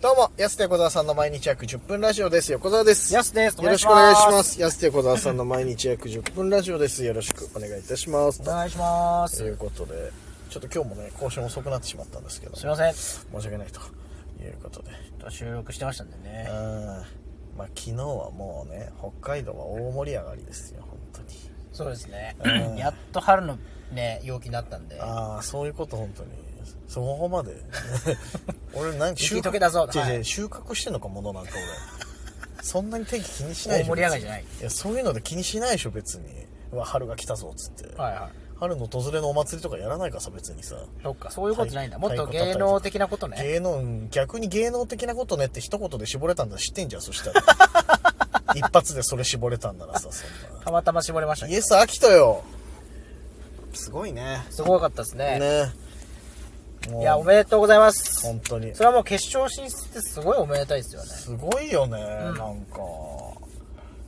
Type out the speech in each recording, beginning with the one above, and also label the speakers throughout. Speaker 1: どうも、安手小沢さんの毎日約10分ラジオです。横澤です。
Speaker 2: やすです。
Speaker 1: よろしくお願いします。安手小沢さんの毎日約10分ラジオです。よろしくお願いいたします。
Speaker 2: お
Speaker 1: と
Speaker 2: 願いしま
Speaker 1: い
Speaker 2: す。
Speaker 1: うことで、ちょっと今日もね、更新遅くなってしまったんですけど、
Speaker 2: す
Speaker 1: 申
Speaker 2: い
Speaker 1: し
Speaker 2: ません。
Speaker 1: 訳ないということで。
Speaker 2: 収録してましたんで
Speaker 1: う
Speaker 2: ね
Speaker 1: ん。。まあ昨日はもうね、北海道は大盛り上がりですよ、本当に。
Speaker 2: そうですね
Speaker 1: うん。
Speaker 2: やっと春のね、陽気になったんで。
Speaker 1: ああ、そういうこと本当に。そこ まで。俺何
Speaker 2: 雪解けだぞ
Speaker 1: 違う違う
Speaker 2: はい
Speaker 1: 収穫してんのか、ものなんか俺。そんなに天気気にしない
Speaker 2: 大
Speaker 1: でしょ
Speaker 2: 盛り上がりじゃない。
Speaker 1: いやそういうので気にしないでしょ別にうわ春が来たぞっつって、
Speaker 2: はいはい。
Speaker 1: 春の訪れのお祭りとかやらないからさ別にさ
Speaker 2: そっか、そういうことじゃないんだ。
Speaker 1: 太
Speaker 2: もっと芸能的なことね。
Speaker 1: 芸能逆に芸能的なことねって一言で絞れたんだ知ってんじゃんそ したら一発でそれ絞れたんならさそん
Speaker 2: たまたま絞れました
Speaker 1: な
Speaker 2: け
Speaker 1: イ
Speaker 2: ど
Speaker 1: エス秋人よすごいね
Speaker 2: すごかったですね。
Speaker 1: ねもう
Speaker 2: いや、おめでとうございます。
Speaker 1: 本当に
Speaker 2: それはもう決勝進出ってすごいおめでたいですよね。
Speaker 1: すごいよね、
Speaker 2: ん
Speaker 1: なんか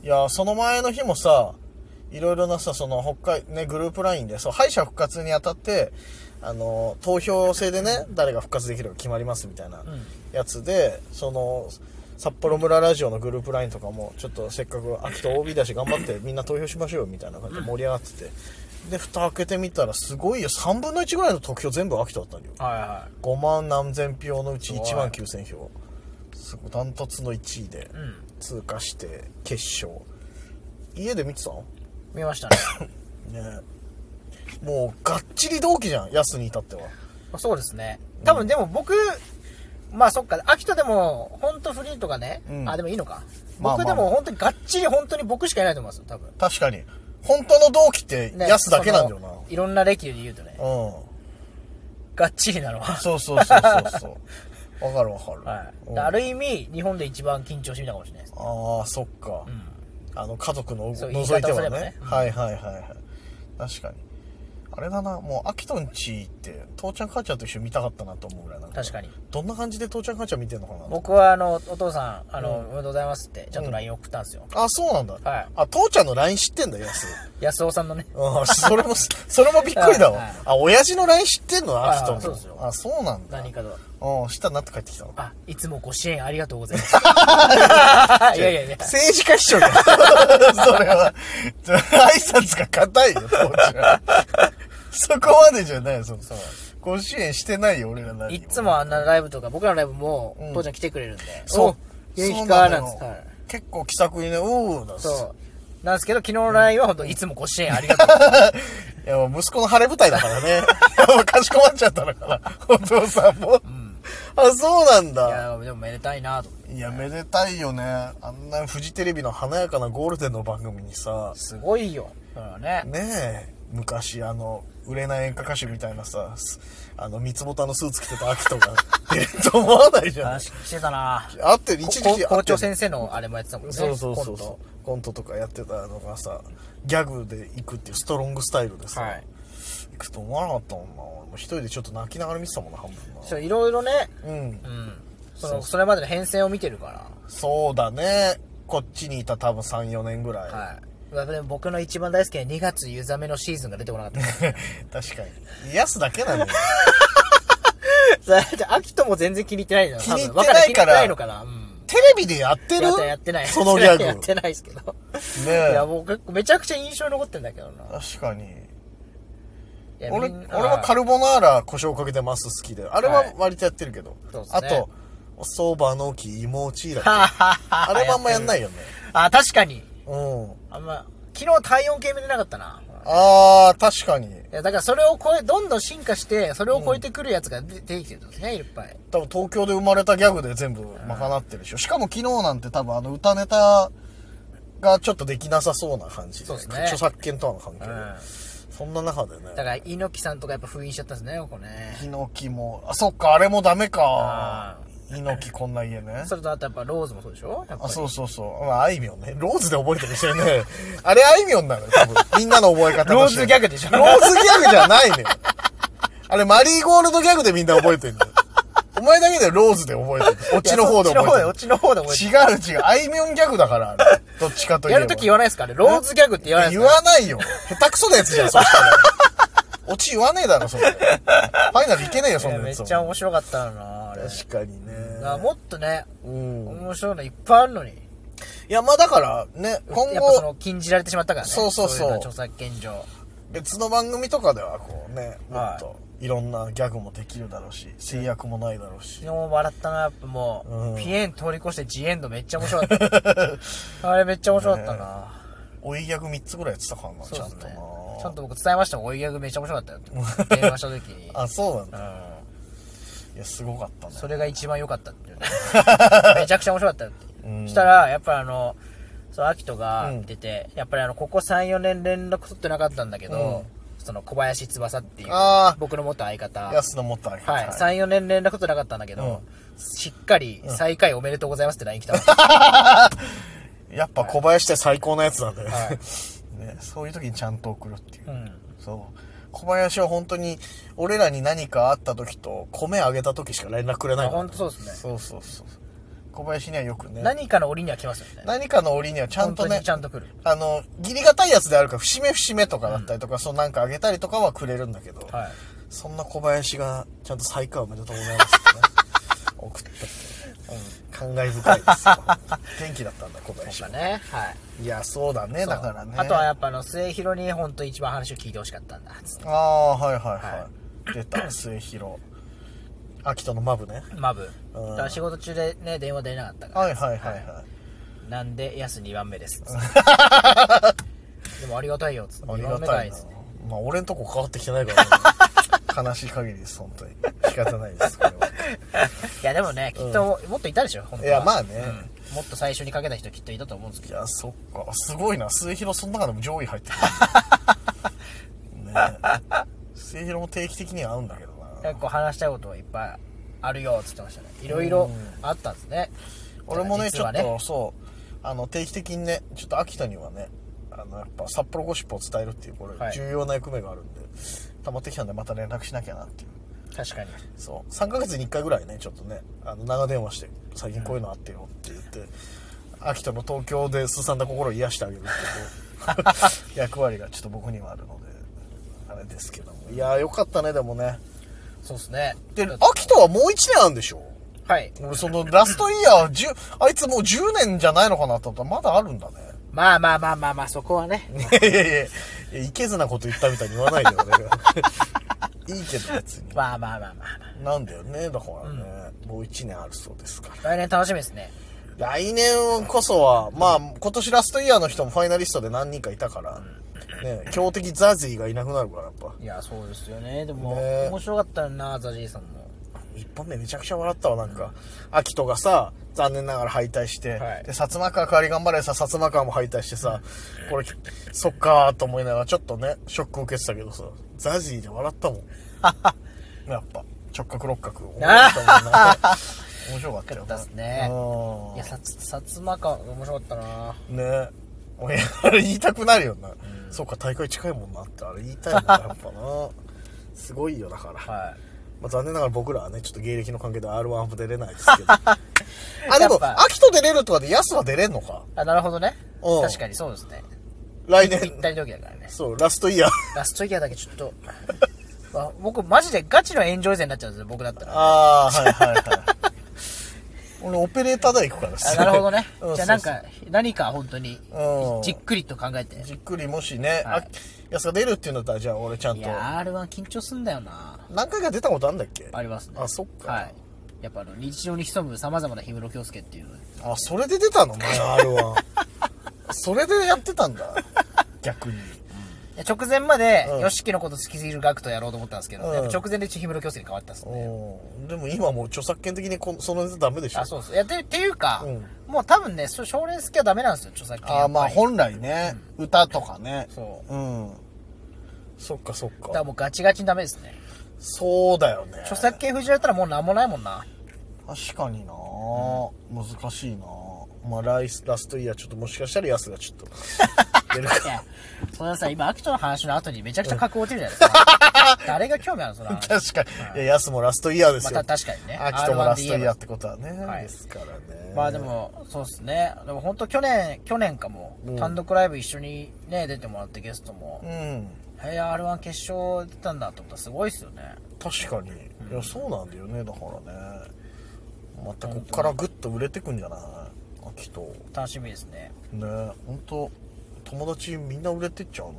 Speaker 1: いやその前の日もさいろいろなさその北海ねグループラインでそう敗者復活にあたってあの投票制でね誰が復活できるか決まりますみたいなやつで、その札幌村ラジオのグループラインとかもちょっとせっかく秋と OB だし頑張ってみんな投票しましょうよみたいな感じで盛り上がっててで蓋開けてみたらすごいよ3分の1ぐらいの得票全部秋とだったんだよ
Speaker 2: はいは
Speaker 1: 5万何千票のうち
Speaker 2: すごい
Speaker 1: 1万9000票すごいダントツの1位で
Speaker 2: い。うん。
Speaker 1: 通過して決勝家で見てたの
Speaker 2: 見ましたね。
Speaker 1: ねえもうがっちり同期じゃん安に至っては
Speaker 2: そうですね。多分でも僕、まあそっか、秋とでも、ほんとフリーとかね、
Speaker 1: うん
Speaker 2: あ、でもいいのか。
Speaker 1: まあまあ
Speaker 2: 僕でも本当にがっちり本当に僕しかいないと思いますよ、多分。
Speaker 1: 確かに本当の同期って
Speaker 2: ね
Speaker 1: 安だけなんだよな、
Speaker 2: そのいろんな歴で言うとね、
Speaker 1: う
Speaker 2: がっち りなのは
Speaker 1: ん。そうそうそうそう そうわかるわかる、
Speaker 2: はい。
Speaker 1: うん
Speaker 2: ある意味、日本で一番緊張してみたかもしれないです。
Speaker 1: ああそっか、
Speaker 2: うん。
Speaker 1: あの家族の
Speaker 2: そう言い
Speaker 1: 除いて
Speaker 2: 方をす
Speaker 1: はね
Speaker 2: ればね
Speaker 1: はいはいはいはい確かにあれだなもうアキトんち行って父ちゃん母ちゃんと一緒に見たかったなと思うぐらいなん
Speaker 2: 確かに。
Speaker 1: どんな感じで父ちゃん母ちゃん見てんのかな
Speaker 2: 僕はあの、お父さん、あの、おめでとうございますって、ちゃんと LINE 送ったんですよ。
Speaker 1: あそうなんだ、
Speaker 2: はい
Speaker 1: あ父ちゃんの LINE 知ってんだよ安
Speaker 2: 安尾さんのね。
Speaker 1: うんそれもそれもびっくりだわ、
Speaker 2: はいはい
Speaker 1: あ親父の LINE 知ってんの
Speaker 2: はい
Speaker 1: アキト
Speaker 2: は
Speaker 1: も
Speaker 2: いそうですよ
Speaker 1: あそうなんだ
Speaker 2: 何かと。
Speaker 1: うんしたなって帰ってきたの
Speaker 2: あ、いつもご支援ありがとうござ い ます。いやいやいや。
Speaker 1: 政治家秘書か それはそれ挨拶が硬いよ父ちゃんそこまでじゃないよそのご支援してないよ俺ら何
Speaker 2: い
Speaker 1: も
Speaker 2: つもあんなライブとか、僕らのライブも
Speaker 1: うん、
Speaker 2: 父ちゃん来てくれるんで。
Speaker 1: そう
Speaker 2: お
Speaker 1: そ
Speaker 2: 元
Speaker 1: う
Speaker 2: 気
Speaker 1: なの
Speaker 2: かな
Speaker 1: よ
Speaker 2: んつってはい。
Speaker 1: 結構気さくにねおおだ
Speaker 2: そう。なんですけど、昨日の LINE は本当いつもご支援ありがとう。
Speaker 1: いや、もう息子の晴れ舞台だから ね。もうかしこまっちゃったのかな。お父さんも。あ、そうなん
Speaker 2: い
Speaker 1: だ。
Speaker 2: や、でもめでたいなと思って。
Speaker 1: いや、めでたいよね。あんなフジテレビの華やかなゴールデンの番組にさ、
Speaker 2: すごいよ。それはね。
Speaker 1: ねえ、昔あの、売れない演歌歌手みたいなさ、すあの、三つボタンのスーツ着てたアキト が出ると思わないじゃん。
Speaker 2: 話してたな
Speaker 1: あってる、一時期
Speaker 2: こ
Speaker 1: あってる
Speaker 2: 校長先生のあれもやってたもんね。
Speaker 1: そうそうそう
Speaker 2: コント
Speaker 1: そう。コントとかやってたのがさ、ギャグで行くっていうストロングスタイルでさ、
Speaker 2: はい
Speaker 1: 行くと思わなかったもんな。俺も一人でちょっと泣きながら見てたもんな、半分な。
Speaker 2: そう、いろいろね、
Speaker 1: うん
Speaker 2: う。ん。その、それまでの変遷を見てるから。
Speaker 1: そうだね。こっちにいた多分3、4年ぐらい。
Speaker 2: はい。まあでも僕の一番大好きな2月湯冷めのシーズンが出てこなかった。
Speaker 1: 確かに。安だけなのよ。
Speaker 2: それじゃあ秋とも全然気に入ってないんだよ。多
Speaker 1: 気
Speaker 2: 分
Speaker 1: に入ってないから
Speaker 2: わん気に入ってないのかな。うん。
Speaker 1: テレビでやってる
Speaker 2: やってやってない。
Speaker 1: そのギャ
Speaker 2: やっ
Speaker 1: グ。
Speaker 2: てないですけど。い
Speaker 1: ね
Speaker 2: や、もう結構めちゃくちゃ印象に残ってんだけどな。
Speaker 1: 確かに。
Speaker 2: いや
Speaker 1: 俺、
Speaker 2: みんな
Speaker 1: 俺は カルボナーラ胡椒かけてます好きで。あれは
Speaker 2: はい
Speaker 1: 割とやってるけど。
Speaker 2: そうっすね
Speaker 1: あと、ソーバーの木、芋チー だっけ。
Speaker 2: ははは
Speaker 1: あれもあんまやんない
Speaker 2: よ。
Speaker 1: よね。
Speaker 2: あ、確かに。
Speaker 1: うん。
Speaker 2: あんま、昨日体温計見てなかったな。
Speaker 1: あー、確かに。
Speaker 2: いや、だからそれを超え、どんどん進化して、それを超えてくるやつが出出てきてるんですね、いっぱい。
Speaker 1: 多分東京で生まれたギャグで全部賄ってるでしょ。しかも昨日なんて多分あの歌ネタがちょっとできなさそうな感じで。
Speaker 2: そうっすね
Speaker 1: 著作権とはの関係で。
Speaker 2: うん
Speaker 1: そんな中で
Speaker 2: だか
Speaker 1: ね。
Speaker 2: ら、猪木さんとかやっぱ封印しちゃったんですね、ここね。
Speaker 1: ヒノキも、あ、そっか、あれもダメか。ヒノキこんな家 ね。
Speaker 2: それとあとやっぱローズもそうでしょやっぱ
Speaker 1: あ、
Speaker 2: り。
Speaker 1: そうそうそう。まあ、あいみょんね。ローズで覚えてるしね。あれあいみ ょんなのよ、多分。みんなの覚え方
Speaker 2: ロ
Speaker 1: と
Speaker 2: ー
Speaker 1: して
Speaker 2: ズギャグでしょ
Speaker 1: ローズギャグじゃないのよ。あれ、マリーゴールドギャグでみんな覚えてるのよ。お前だけでローズで覚えてる。オチの方で覚えてる。
Speaker 2: オチの方で、オチの方で覚えてる。
Speaker 1: 違う違う。あいみょんギャグだから、あれどっちかといえ
Speaker 2: や
Speaker 1: ば。
Speaker 2: るとき言わないですかね。ローズギャグって言わないで
Speaker 1: 言
Speaker 2: すか
Speaker 1: わないよ。下手くそなやつじゃん、そしたら。オチ言わねえだろ、それ。ファイナルいけねえよ、そん
Speaker 2: いや
Speaker 1: な
Speaker 2: め
Speaker 1: や
Speaker 2: っ
Speaker 1: つ。
Speaker 2: ちゃ面白かったな、あれ。
Speaker 1: 確かにね。
Speaker 2: なもっとね、
Speaker 1: うん。い
Speaker 2: 面白いのいっぱいあるのに。
Speaker 1: や、まあだからね、今
Speaker 2: やっぱそ
Speaker 1: 後、
Speaker 2: の禁じられてしまったからね。
Speaker 1: そうそうそう
Speaker 2: いのは著作権上。
Speaker 1: 別の番組とかではこうね、もっ
Speaker 2: は
Speaker 1: といろんなギャグもできるだろうし、制約もないだろうし
Speaker 2: 昨日。笑ったな、やっぱもう、
Speaker 1: うん
Speaker 2: ピエン通り越してジエンドめっちゃ面白かった。 あれめっちゃ面白かったな。
Speaker 1: 追いギャグ3つぐらいやってたからな、ち
Speaker 2: そ
Speaker 1: ゃ
Speaker 2: うで
Speaker 1: ん
Speaker 2: す
Speaker 1: と
Speaker 2: ね
Speaker 1: な。。
Speaker 2: ちゃんと僕伝えましたもん、追いギャグめっちゃ面白かったよって。電話した時 に。
Speaker 1: あ、そうなん
Speaker 2: う
Speaker 1: だ。
Speaker 2: ん。
Speaker 1: いや、すごかったね。
Speaker 2: それが一番良かったっていう ねめちゃくちゃ面白かったよって。
Speaker 1: うん
Speaker 2: そしたら、やっぱあの、そう、アキトが
Speaker 1: うん
Speaker 2: 出て、やっぱりあの、ここ3、4年連絡取ってなかったんだけど、その小林翼っていう
Speaker 1: あー、
Speaker 2: 僕の元相方。
Speaker 1: 安野もったわけ
Speaker 2: はい、3、4年連絡取ってなかったんだけど、しっかり最下位おめでとうございますって LINE 来たわけ。
Speaker 1: やっぱ小林って最高のやつなんだよ ね,、
Speaker 2: は
Speaker 1: ねそういう時にちゃんと送るっていう、
Speaker 2: うん。
Speaker 1: そう小林は本当に俺らに何かあった時と米あげた時しか連絡くれないから
Speaker 2: 本当そうですね。
Speaker 1: そうそうそう小林にはよくね
Speaker 2: 何かの折には来ますよね。
Speaker 1: 何かの折にはちゃんと
Speaker 2: 本当
Speaker 1: ね
Speaker 2: にちゃんと来る。
Speaker 1: あの義理がたいやつであるから節目節目とかだったりとか、そうなんかあげたりとかはくれるんだけど、
Speaker 2: はい。
Speaker 1: そんな小林がちゃんと最下おめでとうございますってね 送ったって感慨深いですよ 元気だったんだ小林は
Speaker 2: まあね。はい。
Speaker 1: いや、そうだね、だからね。
Speaker 2: あとはやっぱあの、末広に本当一番話を聞いてほしかったんだ、つって。
Speaker 1: ああ、はいはい
Speaker 2: は
Speaker 1: はい。出た、末広。秋田のマブね。
Speaker 2: マブ。
Speaker 1: うん
Speaker 2: だから仕事中でね、電話出れなかったから。
Speaker 1: はいはいはいは
Speaker 2: なんで、安2番目です。つって でもありがたいよ、つって。
Speaker 1: い。あり
Speaker 2: 2
Speaker 1: が
Speaker 2: 番目
Speaker 1: た
Speaker 2: がい
Speaker 1: い
Speaker 2: い
Speaker 1: な
Speaker 2: つって。。
Speaker 1: まあ、俺んとこ変わってきてないからね。 悲しい限りです、本当に。仕方ないです、 これは。
Speaker 2: いやでもね、きっともっといたでしょ、本当はい
Speaker 1: やまあね
Speaker 2: うんもっと最初にかけた人きっといたと思うんですけ
Speaker 1: い
Speaker 2: ど。
Speaker 1: や、そっか。すごいな、末広その中でも上位入 ってる。ねえ末広も定期的には会うんだけどな。
Speaker 2: 結構話したいことはいっぱいあるよっつってましたねいろいろあったんですね
Speaker 1: 俺もね、
Speaker 2: 実
Speaker 1: ちょ
Speaker 2: は
Speaker 1: っ
Speaker 2: ね
Speaker 1: と、そう、あの、定期的にね、ちょっと秋田にはね、あの、やっぱ札幌ゴシップを伝えるっていう、これ
Speaker 2: は、い
Speaker 1: 重要な役目があるんで、溜まってきたんで、また連絡しなきゃなっていう。
Speaker 2: 確かに
Speaker 1: そう、3ヶ月に1回ぐらいね、ちょっとね、あの、長電話して、最近こういうのあってよって言って、秋田の東京ですさんだ心を癒してあげるっていうこ う役割がちょっと僕にはあるので、あれですけども。いやー、よかったね、でもね。
Speaker 2: そうですね
Speaker 1: で、秋田はもう1年あるんでしょ
Speaker 2: はい
Speaker 1: 俺そのラストイヤー10あいつもう10年じゃないのかなと思ったらまだあるんだね
Speaker 2: まあまあまあまあまあそこはね
Speaker 1: いやいやいやいけずなこと言ったみたいに言わないでよ俺が いいけど別に
Speaker 2: まあまあまあまあまあ
Speaker 1: なんだよねだからね、もう1年あるそうですから
Speaker 2: 来年楽しみですね
Speaker 1: 来年こそはまあ今年ラストイヤーの人もファイナリストで何人かいたから、ね強敵ザズィがいなくなるからやっぱ
Speaker 2: いやそうですよねでも
Speaker 1: ね
Speaker 2: 面白かったなザジーさんも
Speaker 1: 一本目めちゃくちゃ笑ったわなんか秋人がさ残念ながら敗退して、
Speaker 2: はい
Speaker 1: で薩摩川代わり頑張れさ薩摩川も敗退してさ、これそっかーと思いながらちょっとねショック受けてたけどさザジーで笑ったもん やっぱ直角六 角面白かったもんね面白かったよ
Speaker 2: よかったっすね
Speaker 1: うん
Speaker 2: いやさつ薩摩川面白かったな
Speaker 1: ね俺あれ言いたくなるよな、そうか大会近いもんなってあれ言いた いもんなやっぱなすごいよだから、
Speaker 2: は
Speaker 1: まあ、残念ながら僕らはね、ちょっと芸歴の関係で R1 も出れないですけ ど。あ、で
Speaker 2: や
Speaker 1: も
Speaker 2: っ、ぱ
Speaker 1: 秋と出れるとかでヤスは出れんのか
Speaker 2: いあなるほどね
Speaker 1: うん
Speaker 2: 確かにそうですね
Speaker 1: 来
Speaker 2: ぴ
Speaker 1: 年
Speaker 2: っ。たり時だからね
Speaker 1: そう、ラストイヤー。
Speaker 2: ラストイヤーだけちょっと まあ僕マジでガチの炎上以前になっちゃうんですよ僕だったら
Speaker 1: ああ、はいはいはい。 俺、オペレーターで行くから
Speaker 2: あなるほど ね
Speaker 1: う。
Speaker 2: じゃあなん、か、何か本当に
Speaker 1: うん、
Speaker 2: じっくりと考えて
Speaker 1: そうそう。じっくりもしね、
Speaker 2: は
Speaker 1: あ
Speaker 2: い
Speaker 1: ヤスが出るっていうんだったら、じゃあ俺ちゃん
Speaker 2: い
Speaker 1: と。
Speaker 2: や、R1 緊張すんだよな。
Speaker 1: 何回か出たことあんだっけ
Speaker 2: ありますね。
Speaker 1: あ、そっか。
Speaker 2: はい。やっぱあの、日常に潜む様々な氷室京介っていうの。
Speaker 1: あ、それで出たの前 R1。それでやってたんだ。逆に。
Speaker 2: 直前まで、
Speaker 1: うん
Speaker 2: y o s のこと好きすぎるガクトやろうと思ったんですけど、
Speaker 1: うん
Speaker 2: やっぱ直前で一応氷室京介に変わったんですね。
Speaker 1: うんでも今もう著作権的にこのそのネタダメでしょ
Speaker 2: あ、そうそう。いや、てっていうか
Speaker 1: うん、
Speaker 2: もう多分ね、そ少年好きはダメなんですよ、著作権。
Speaker 1: あーまあ
Speaker 2: やっぱり
Speaker 1: 本来ね、歌とかね
Speaker 2: そう
Speaker 1: うんそっかそっ
Speaker 2: だから
Speaker 1: か
Speaker 2: もうガチガチにダメですね。
Speaker 1: そうだよね
Speaker 2: 著作権封じられたらもうなんもないもんな。
Speaker 1: 確かにな、難しいなまあライスラストイヤーちょっともしかしたらヤスがちょっと 出るか
Speaker 2: いや、それはさ、今、アキトの話の後にめちゃくちゃ格好落ちるじゃないで すか。誰が興味あるのその話。
Speaker 1: 確かにいやヤスもラストイヤーですよ、
Speaker 2: まあた確かにね
Speaker 1: 秋とも
Speaker 2: R1
Speaker 1: ラストイヤーってことはね、
Speaker 2: はい
Speaker 1: ですからね
Speaker 2: まあでも、そうですね。でも本当去年、去年かも、単独ライブ一緒にね、出てもらってゲストも
Speaker 1: う、ん
Speaker 2: へえ、R1 決勝出たんだと思ったらすごいっすよね。
Speaker 1: 確かにいやそうなんだよねだからねまたこっからぐっと売れてくんじゃない秋と
Speaker 2: 楽しみですね
Speaker 1: ね本当友達みんな売れてっちゃう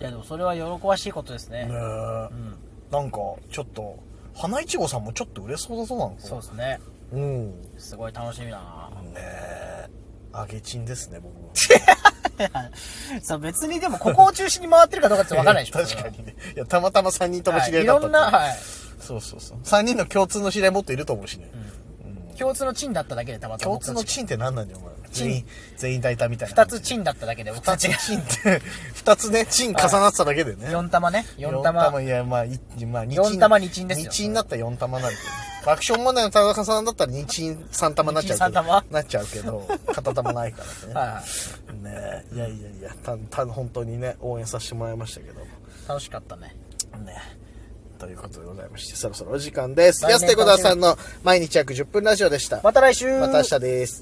Speaker 2: いやでもそれは喜ばしいことです
Speaker 1: な
Speaker 2: ね
Speaker 1: ねえ
Speaker 2: うん
Speaker 1: なんかちょっと花いちごさんもちょっと売れそうだそうなん
Speaker 2: そう
Speaker 1: う
Speaker 2: ですね
Speaker 1: うん
Speaker 2: すごい楽しみだな
Speaker 1: ねえ揚げチンですね僕 も
Speaker 2: そう別にでもここを中心に回ってるかどうかって分からないでしょ
Speaker 1: 確かにねいやたまたま3人とも知り合いだ
Speaker 2: は
Speaker 1: っ
Speaker 2: い、い
Speaker 1: た
Speaker 2: ろ
Speaker 1: っ
Speaker 2: ん
Speaker 1: て
Speaker 2: な、はい
Speaker 1: そうそうそう3人の共通の知り合いもっといると思うしね、
Speaker 2: うん共通のチンだっただけでたまたま
Speaker 1: 共通のチンって何なんだよお前全員全員大体みたいな
Speaker 2: 2つチンだっただけで僕た
Speaker 1: 2
Speaker 2: ち
Speaker 1: つ
Speaker 2: が
Speaker 1: チンって2つねチン重なってただけでね、
Speaker 2: 4玉ね4玉
Speaker 1: 四いやまあいまあ二
Speaker 2: 四玉二鎮ですよ
Speaker 1: 二鎮になったら4玉なんだけど爆笑問題の田中さんだったら2鎮3玉になっちゃうけど
Speaker 2: 二鎮三玉
Speaker 1: なっちゃうけど片玉ないからね
Speaker 2: はいは
Speaker 1: ねえいやいやいやたた本当にね応援させてもらいましたけども
Speaker 2: 楽しかったね
Speaker 1: ねということでございましてそろそろお時間です
Speaker 2: 来年
Speaker 1: 安手小田さんの毎日約10分ラジオでした
Speaker 2: また来週
Speaker 1: また明日です